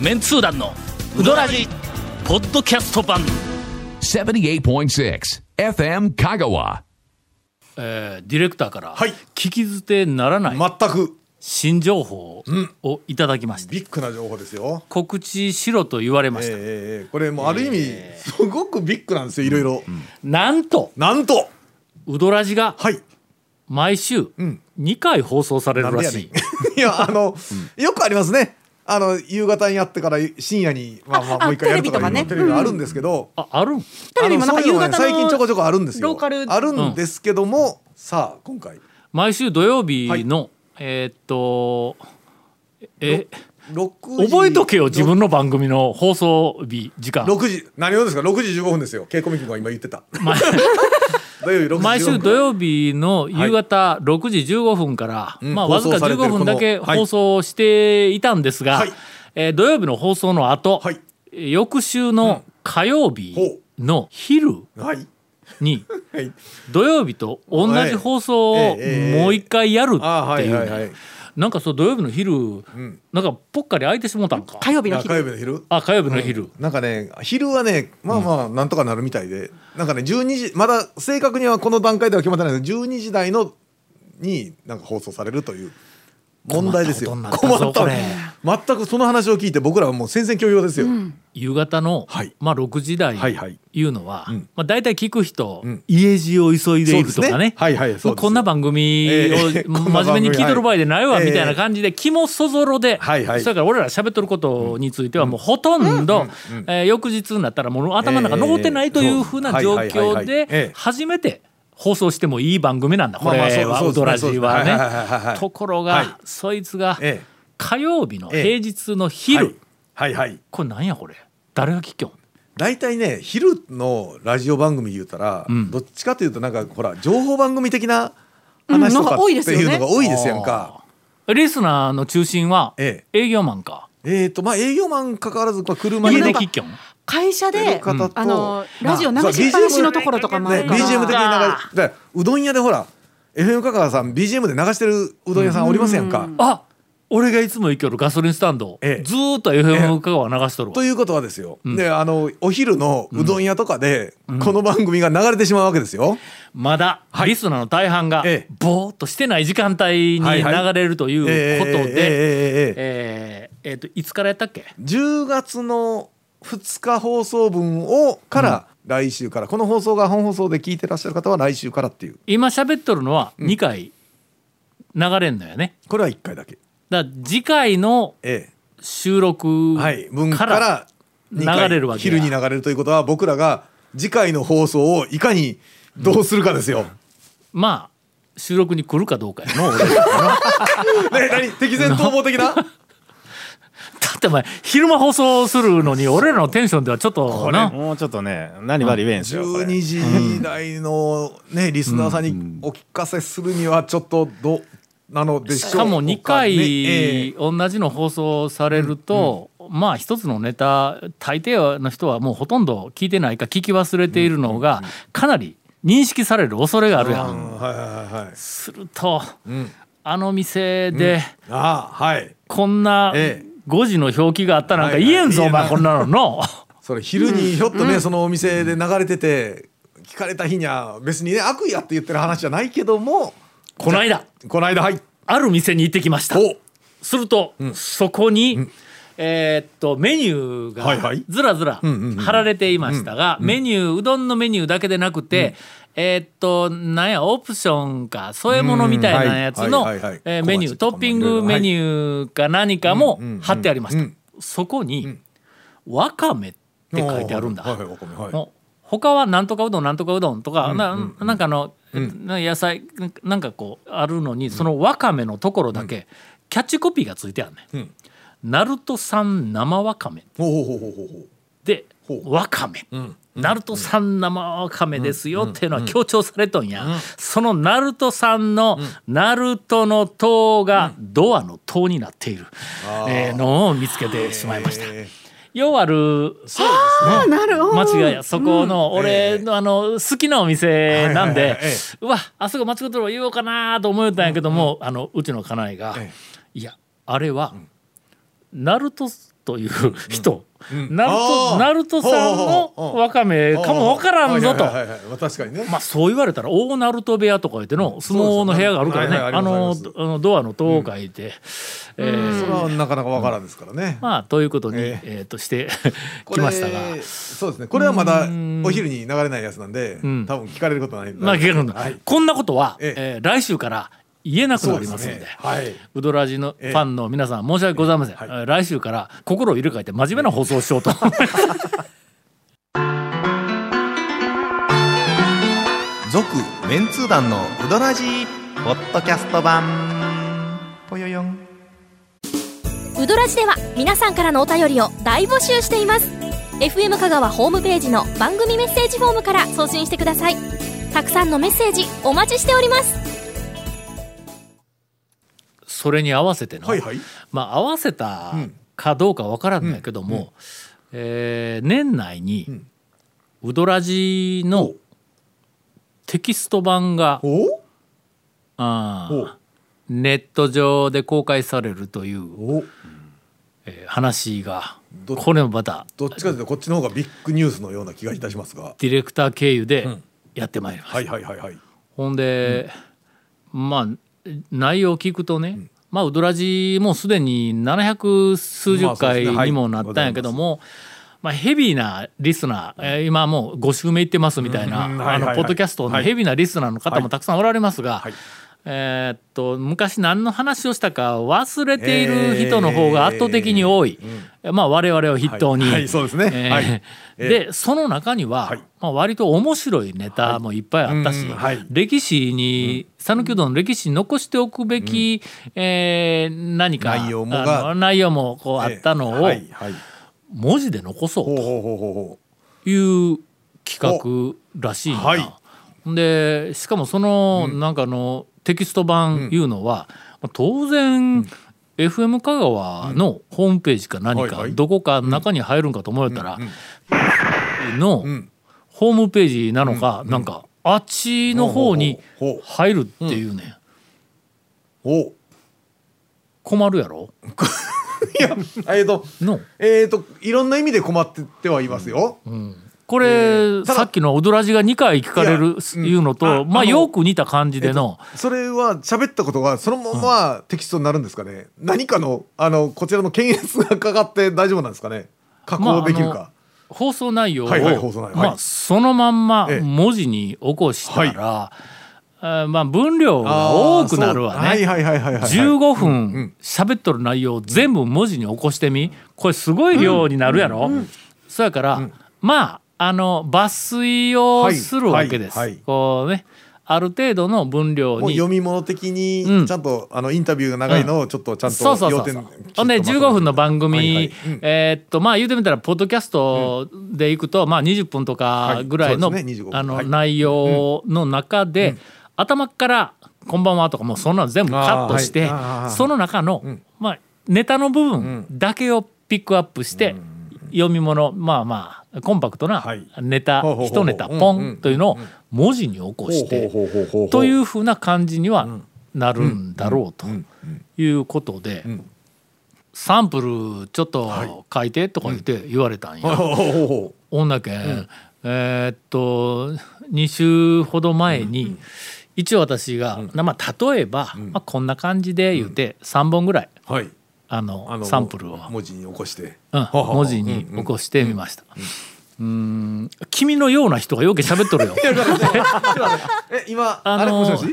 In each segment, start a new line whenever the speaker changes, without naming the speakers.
メンツー団のウドラジポッドキャスト版、
78.6 FM Kagawa.
えーディレクターから
はい
聞き捨てならない
全く
新情報をいただきまして、
ビッグな情報ですよ。
告知しろと言われま
え
し
え
た、
ええこれもうある意味、すごくビッグなんですよいろいろ。
なんと
なんと
ウドラジが
はい。
毎週
ん
2回放送され
な
る
ん
ら
でや
し
ねん
い、。
いやあの、よくありますね。あの夕方にやってから深夜にまあまあもう一回やるとかいう
テレビとかね
テレビがあるんですけど、
ああるん
テレビもなん
あ
か
のそういうがね
夕方の
最近ちょこちょこあるんですよ。
ローカル
あるんですけども、さあ今回
毎週土曜日の、えーっとえ
六時
覚えとけよ自分の番組の放送日時間
六時何をですか六時十五分ですよ。稽古ミ君が今言ってた。
毎
土曜日六時15 分。
毎週土曜日の夕方6時15分から、
うん
まあ、わずか
放送されてる
15分だけ
このはい
放送していたんですが、
はい
えー土曜日の放送の後、
はい
えー翌週の火曜日の昼
はい
に
はい。
土曜日と同じ放送
え
を
えええ
もう一回やるって
ああはいいうはい
ね
はい。
なんかそう土曜日の昼、
ん
なんかぽっかり空いてしもたんか
火曜日の
あ
日
火曜日の昼。
あ火曜日の昼、
なんかね昼はねまあまあなんとかなるみたいで、なんかね12時まだ正確にはこの段階では決まってないけど12時台のになんか放送されるという問題ですよ
困ったことになったぞ
全くその話を聞いて僕らはもう戦々恐々ですよ、
夕方の、
はい
まあ、6時台
はいはい
いうのは、
ん
まあ、大体聞く人、
ん
家路を急いでいると
そ
か
う
ね
ですねはいはいそうです
まあこんな番組を、
え えこんな番
真
組
面目に聞いてる場合でないわ、
はい
みたいな感じで気もそぞろで、
はいはい
それから俺ら喋っとることについてはもうほとんど、えー翌日になったらもう頭の中残ってないというふうな状況
ええええそうはいはいはいはいえ
で
え
初めて放送してもいい番組なんだこれ
まあまあそう
は
そ
ウ
うです
ド
ね
ラジは
そうですねはいはいはいは
ね。
い
ところが、
はい
そいつが
ええ
火曜日の
ええ
平日の昼、
はいはいはい
これなんやこれ誰が聞きょん
大体ね昼のラジオ番組言うたら、
ん
どっちかというとなんかほら情報番組的な話と
うんなん
か
か多い
っ
です
て
よ
い
ね
うのが多いですやんか。
リスナーの中心は営
え
業マンか、
えっ、とまあ営業マン関わらずまあ車に
家
乗っ
で
て
聞きょん
会社で、
うん
あの
まあ
ラジオ流しっぱなしのところとかもあ
ね、
るから、
BGM 的に流れだからうどん屋でほら FM 香川さん BGM で流してるうどん屋さんおりますやんか。
あ俺がいつも行けるガソリンスタンド、
ええ
ずーっと FM 香川流しとるわ、
ということはですよ、であのお昼のうどん屋とかで、この番組が流れてしまうわけですよ。
まだリスナーの大半が
ええ
ぼーっとしてない時間帯に
はいはい
流れるということで
ええええええええ
えーえーといつからやったっけ
10月の2日放送分をから、来週からこの放送が本放送で聞いてらっしゃる方は来週からっていう
今喋っとるのは2回流れんのよね
これは1回だけ。
だから次回の
ええ
収録
はい、文から
流れるわけや
昼に流れるということは僕らが次回の放送をいかにどうするかですよ。
まあ収録に来るかどうかやの俺だ
ね何敵前逃亡的 な
ってお前昼間放送するのに俺らのテンションではちょっとな
もうちょっとね何割り弁ですよこれ
12時台の、ね、リスナーさんにお聞かせするにはちょっとどうなのでしょう
しかも2回
ねええ
同じの放送されると、まあ一つのネタ大抵の人はもうほとんど聞いてないか聞き忘れているのがかなり認識される恐れがあるやん。
うんはいはいはいはい
すると、
ん
あの店で
ああはい
こんな
ええ
5時の表記があったなんか
はいはい
言えんぞ、
言えない
お前こんなの の。
それ昼にひょっとね、そのお店で流れてて聞かれた日には別にね悪意やって言ってる話じゃないけども
この間
この間はい
ある店に行ってきました
お
すると、そこに、えーっとメニュー
はいは
が
い
ずらずら
んうんうん
貼られていましたが、メニューうどんのメニューだけでなくて、えーっとなんやオプションか添え物みたいなやつ
うん
の
はいはいはいはい
えーメニュー
小鉢と
ト
かも
ッピングメニューか何かも
うんうんうん
貼ってありました、
うん
そこに、わかめって書いてあるんだ、
はいはいわかめはい
もう他はなんとかうどんなんとかうどんとか、ななんかあの、な野菜なんかこうあるのに、そのわかめのところだけキャッチコピーがついてあるね、
うん
鳴門産生わかめ
ほうほうほうほうほう
で
ほう
わかめ、
ん
鳴門産生わかめですよっていうのは強調されとんや、その鳴門産の鳴門の塔がドアの塔になっている、えーのを見つけてしまいました。
え
ようある
そうですね
あーなるほど
間違いやそこの俺
え
のあの好きなお店なん
はいはい
で
はいええ
うわあそこ間違ってる言おうかなと思ったんやけどもあのうちの家内が
え
いやあれは鳴門という人、
うん
ナル
あ
ト
ー
ナルトさんのわかめかもわからんぞと
はい。はいはいはいまあ確かにね。
まあそう言われたら大鳴門部屋とか言っての相撲の部屋があるからね
そうですね
あの
はいはい
あのドアの塔を書いて、えー
それはなかなかわからんですからね。
まあということに、え
え
ーとして
こ
き
れ
ましたが。
そうですね。これはまだお昼に流れないやつなんで、多分聞かれることない。
まあ、結局
はい。
こんなことは、え
え
ー来週から言えなく
そ
な
う
り
で
ます
す
ので
ね。はい。
ウドラジのファンの皆さん申し訳ございません、
はい
えー来週から心を入れ替えて真面目な放送をしようと
続メンツー団のウドラジーポッドキャスト版ぽよよん
ウドラジでは皆さんからのお便りを大募集しています FM 香川ホームページの番組メッセージフォームから送信してくださいたくさんのメッセージお待ちしております
それに合わせての、
はいはい
まあ合わせたかどうかわからないけども、えー年内に、ウドラジのテキスト版が
お
あー
お
ネット上で公開されるという、
お。
えー話が
ど
これもまた
どっちかというとこっちの方がビッグニュースのような気がいたしますが。
ディレクター経由でやってまいりました、
はいはいはいはい。
ほんで、まあ内容を聞くとね、まあウドラジもうすでに700数十
まあそう
回
ですねはい
にもなったんやけども、まあ、ヘビーなリスナー、えー今もう5週目いってますみたいな、
うんはい
あ
はいは
の
い
ポッドキャストのヘビーなリスナーの方もたくさんおられますが、
はい
えーっと昔何の話をしたか忘れている人の方が圧倒的に多い、まあ、我々を筆頭に、
はいはいそうですね
えー
はい
でその中には、
はい
まあ、割と面白いネタもいっぱいあったし、
うんはい
歴史に讃岐うどんの歴史に残しておくべき、えー何か
内容もが
あの内容もこうあったのを
はいはい。
文字で残そう
ほう
と
ほうほうほうほ
いう企画らしいな。
おはい
でしかもその、なんかあのテキスト版いうのは、まあ当然、FM 香川のホームページか何か、
はいはい
どこか中に入るんかと思ったら、の、
ん
ホームページなのか、なんかあっちの方に
ほうほうほう
入るっていうね、
う。お。
困るやろ
えっと。
の
えっといろんな意味で困っててはいますよ。
これ、
ただ
さっきの「オドラジ」が2回聞かれ
い
る
やうん
いうのと
あ
まあ
あの
よく似た感じでの、
それは喋ったことがそのままテキストになるんですかね。何かのあのこちらの検閲がかかって大丈夫なんですかね。加工できる
まあ
か。
あの放送内容を、
はいはい放送内容はい
まあ、そのまんま
ええ
文字に起こしたら、あーまあ、分量が多くなるわね。
あーそうはいはいはいはいはい。
15分喋っとる内容を全部文字に起こしてみこれすごい量になるやろ、そやから、まああの抜粋をするわけです、
はいはいはい
こうねある程度の分量
もう
に
読み物的
うん
にちゃんと、あのインタビューが長いのをちょっとちゃんと
そうそうそうそうほんで15分の番組、
はいはいうん
えーっとまあ言うてみたらポッドキャストでいくと、まあ20分とかぐらいの,、
はいそうですね25分
あの
はい
内容の中で、頭から「こんばんは」とかもうそんなの全部カットして、
あーはいあー
その中の、まあ、ネタの部分だけをピックアップして、読み物まあまあコンパクトな
はい
ネタ、
ほうほうほうほ
一
う
ネタ
うん
ポ
う
ン
ん
というのを文字に起こして。と
と
い
いう
うふうな感じにはなるんだろうということで、サンプルちょっと書いてとか言って言われたんや。ほんだけん、えーっと2週ほど前に、一応私が、まあ、例えば、まあ、こんな感じで言うて3本ぐらい
はい
あのサンプルを、
文字に起こして
うん
はは
文字に起こしてみました。うん君のような人がよく喋っとるよ。
え今
あのー
あれもしもし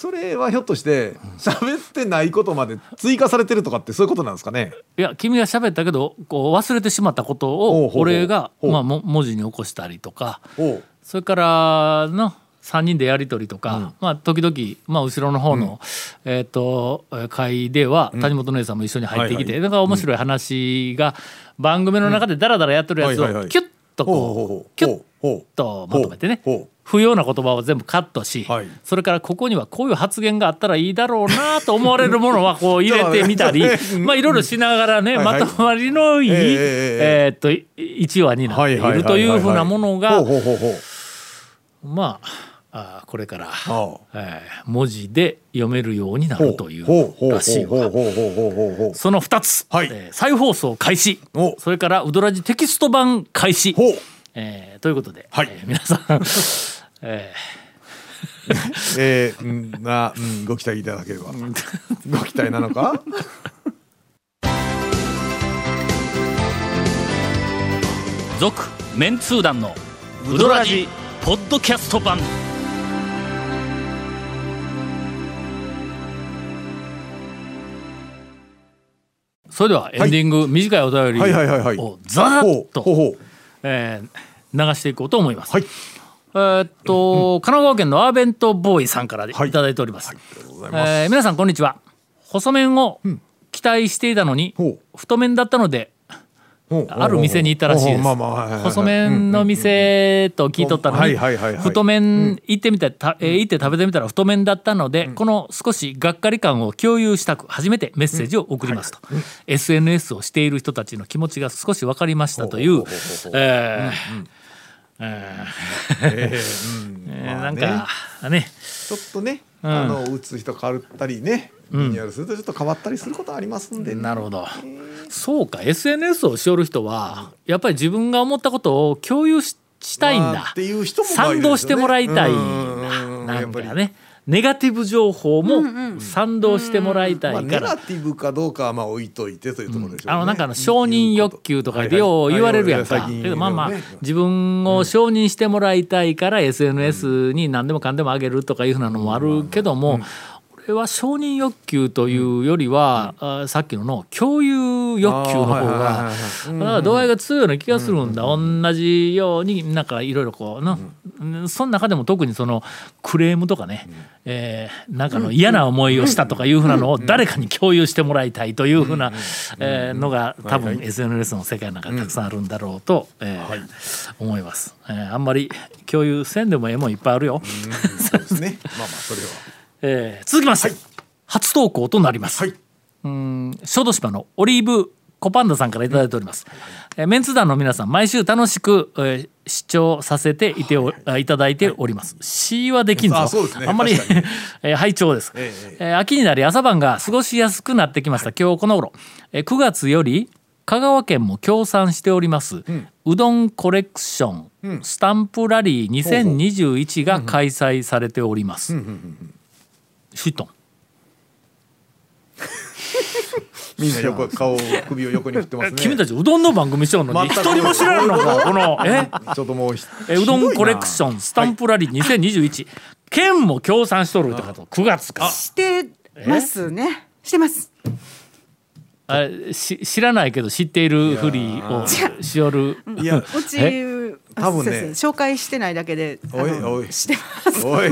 それはひょっとして喋ってないことまで追加されてるとかってそういうことなんですかね
いや君が喋ったけどこう忘れてしまったことを
ほうほうほう
俺が
ほう
まあ、も文字に起こしたりとか
おう
それからの3人でやり取りとか、まあ、時々、まあ、後ろの方の、えー、とえー会では谷本姉さんも一緒に入ってきて、
はい
だから面白い話が番組の中でダラダラやってるやつ
はいはいは
を
い
キュッと
ほうほう
こ
ほ
う
う
キュッ
ほう
とまとめてね
ほうほう
不要な言葉を全部カットし、
はい
それからここにはこういう発言があったらいいだろうなと思われるものはこう入れてみたり まあいろいろしながらね、
はいはい
まとまりのいい、
えええ
え
え
ーっと1話になっているというふうなものが
ほうほうほうほう
まああーこれから、
ああ
えー文字で読めるようになるとい
ほほ
うらしい
ほう
わ
ほうほうほうほうほう
その2つ、
はい
えー再放送開始
お
それから「ウドラジテキスト版開始
ほう。
えーということで、
はい
えー皆さん、 え
えー、うんな、うん、ご期待いただけ れば。ご期待なのか。
ー、続メンツー団のウドラジポッドキャスト版それではエンディング、短いお便り
はいはいはいはい
をざらっと、
ほうほうほう
えー流していこうと思います。
はい。
えーっと、神奈川県のアーベントボーイさんからでい
はい
ただいております。
ありがとうございます。
えー皆さんこんにちは細麺を期待していたのに、
ほう
太麺だったので
ほう
ある店に行ったらしいです
ほうほうまあまあはいはいはい
細麺の店と聞いとったの
は
に
いはいはいはい
太麺行ってみてた、えー行って食べてみたら太麺だったので、この少しがっかり感を共有したく初めてメッセージを送りますと、SNS をしている人たちの気持ちが少し分かりましたというえーえーえーなんかね
ちょっとね、あの打つ人変わったりね、リニューアルするとちょっと変わったりすることありますんで、ね。
なるほど。そうか、SNS をしおる人は、やっぱり自分が思ったことを共有ししたいん
まあ
だ
って。いう人もまあ
賛
いるでょう
同
ね
してもらいたい
うんうんうん
な。な
やっ
ん
ぱり
かね、ネガティブ情報も賛同してもらいたい
まあ、
か
ネ
ら
ガ。ティブかどうかはまあ置いといてというところでしょう、ね
あのなんかあの承認欲求とかでよう言われるやんか、
はいはいはい
けどまあまあ
最近
自分を承認してもらいたいから SNS に何でもかんでもあげるとかいうふうなのもあるけども、俺は承認欲求というよりは、あさっきのの共有欲求の方
あーはいはいはい
が
はい
だから度合いが強いような気がするんだ、同じようになんかいろいろこうな、うんその中でも特にそのクレームとかね、えーなんかの嫌な思いをしたとかいうふうなのを誰かに共有してもらいたいというふうなえーのが多
はい
分
は
SNS の世界なんかたくさんあるんだろうと、えー思います、えーあんまり共有せんでもええもんいっぱいあるよ、
そうですねまあまあそれは
えー続きまして、初投稿となります、
はい
小豆島のオリーブコパンダさんからいただいております、えーメンツ団の皆さん毎週楽しく、えー視聴させていてお、あいただいております詩はできんぞ
あそうですね
あんまり
確かに
えー拝聴です、
ええ
えー秋になり朝晩が過ごしやすくなってきました、今日この頃、えー9月より香川県も協賛しております、うどんコレクション、スタンプラリー2021が開催されております、シュトン
みんな横顔首を横に振ってますね
君たちうどんの番組しようのに一
全く
人も知らんの かこのえ
ちょっともうひ
えうどんコレクションスタンプラリー2021、県も協賛しとるとかと9月か
してますね。してます。
あし知らないけど知っているふりをしよる
いや
うち
多分ね
あそうです紹介してないだけで、あの
おいおい
してます。
おい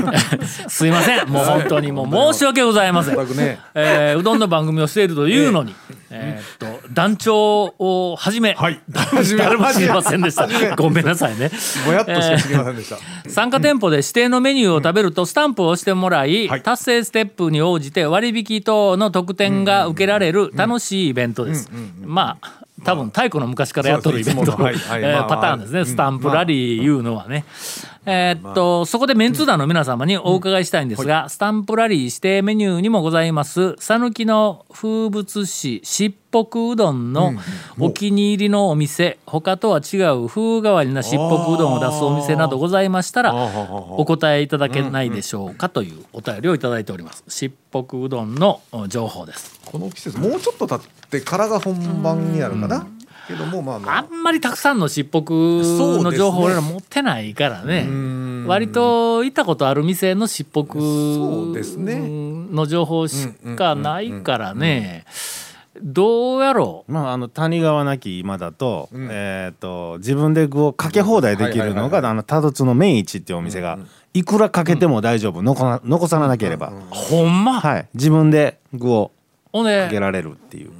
すいません もう本当にもう申し訳ございません
全くね
えーうどんの番組をしているというのに、 えーっと団長をはじめ、
はい
誰も知りませんで したごめんなさいね
ぼやっとしか知りませんでした、
参加店舗で指定のメニューを食べるとスタンプを押してもらい、
はい
達成ステップに応じて割引等の特典が受けられる楽しいイベントです。まあ多分太古の昔からやっとるイベントの
そうですねいつものはいはい
えー
まあ
パターンですね、スタンプラリーいうのはね、えーっとそこでメンツー団の皆様にお伺いしたいんですが、スタンプラリー指定メニューにもございます讃岐の風物詩しっぽくうどんのお気に入りのお店、他とは違う風変わりなしっぽくうどんを出すお店などございましたらお答えいただけないでしょうかというお便りをいただいておりますしっぽくうどんのお情報です
この季節もうちょっと経ってからが本番になるかなけどもまあま
あ
あ
んまりたくさんのしっぽくの情報
そう
俺
ですね
ら持ってないからね割と行ったことある店のしっぽく
そうですね
の情報しかないからねどうやろう
まあ、あの谷川なき今だと,、えー、と自分で具をかけ放題できるのがあの多度津の麺一っていうお店が、いくらかけても大丈夫残な残さなければ、
ほんま、
はい、自分で具を
ほん
かけ
で
られるっていう、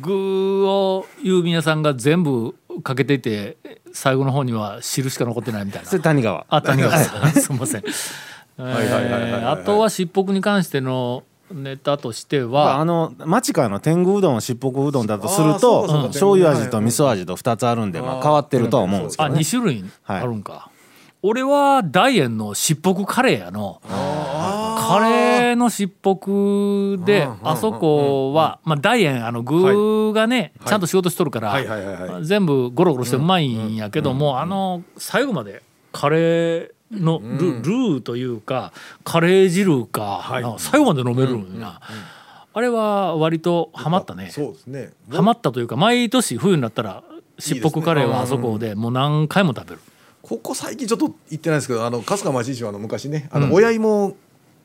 具を郵便屋さんが全部かけていて最後の方には汁しか残ってないみたいな
それ谷川
あ谷川さん すみません。え
いはいはいはい
ーあとはしっぽくに関してのネタとして
あ
は、
の町川の天狗うどんしっぽくうどんだとす
あ
る
ーそう
と
かそうか
醤油味
う
と
ん
味噌味と2つあるんで、まあ、変わってるとは思うんですけ
あ
ど、ね
二、種類
はい
あるんか。俺は大円のしっぽくカレーやのカレーのしっぽくであそこは、まあ、大円あの具がね、ちゃんと仕事しとるから、
はいはいはいはい
全部ゴロゴロしてうまいんやけども、あの最後までカレーのル,、ルーというかカレー汁か、なんか最後まで飲めるんや、あれは割とハマったね。
そうですね
ハマったというか毎年冬になったらしっぽくカレーはあそこでもう何回も食べる
ここ最近ちょっと行ってないですけどあの春日町市はあの昔ねあの親芋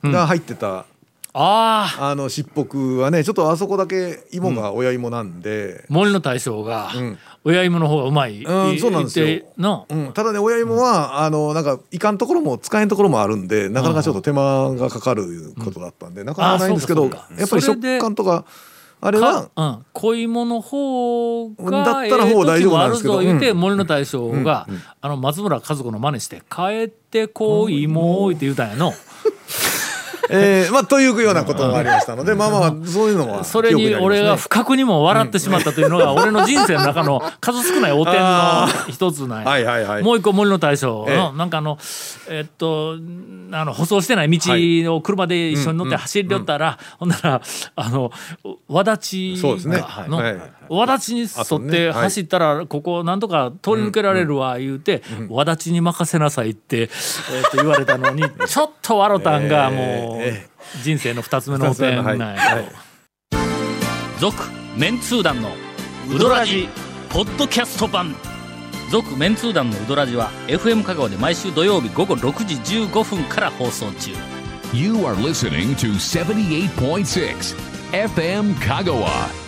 が入ってた、
ああ
あのしっぽくはねちょっとあそこだけ芋が親芋なんで、
森の大将が
ん
親芋の方がうまい、
うんそうなんですよ
言っての
うん、ただね親芋は、あのなんかいかんところも使えんところもあるんでなかなかちょっと手間がかかることだったんで、なかなかないんですけど
あそう
やっ
かそ
ぱ
うか
り
それで
食感とかあれは
か、うん、小芋の方が
だったら方大丈夫なんですけど
ええ時もあるぞ言うて
う
森の大将が、あの松村和子の真似して「帰ってこい芋を」って言うたんやの
えーまあというようなこともありましたので、まあまあそういうのは
それ
記憶
に
ありますね
俺が不覚にも笑ってしまったというのが俺の人生の中の数少ない汚点の一つなんや
はいはいはい
もう一個森の大将の、
ええ
なんかあのえっとあの舗装してない道を車で一緒に乗って走り寄ったら、ほんならあの和立ち
そうですね
がの
はいはい
和立ちに
あそう
沿っ
ね
て
はい
走ったらここなんとか通り抜けられるわ言うて、和立ちに任せなさいって、えっと言われたの にちょっと笑うたんがもう
え
人生の二つ目の汚点なんやけど
はいはい
続メンツー団のウドラジポッドキャスト版続メンツー団のウドラジは FM 香川で毎週土曜日午後6時15分から放送中
You are listening to 78.6 FM Kagawa.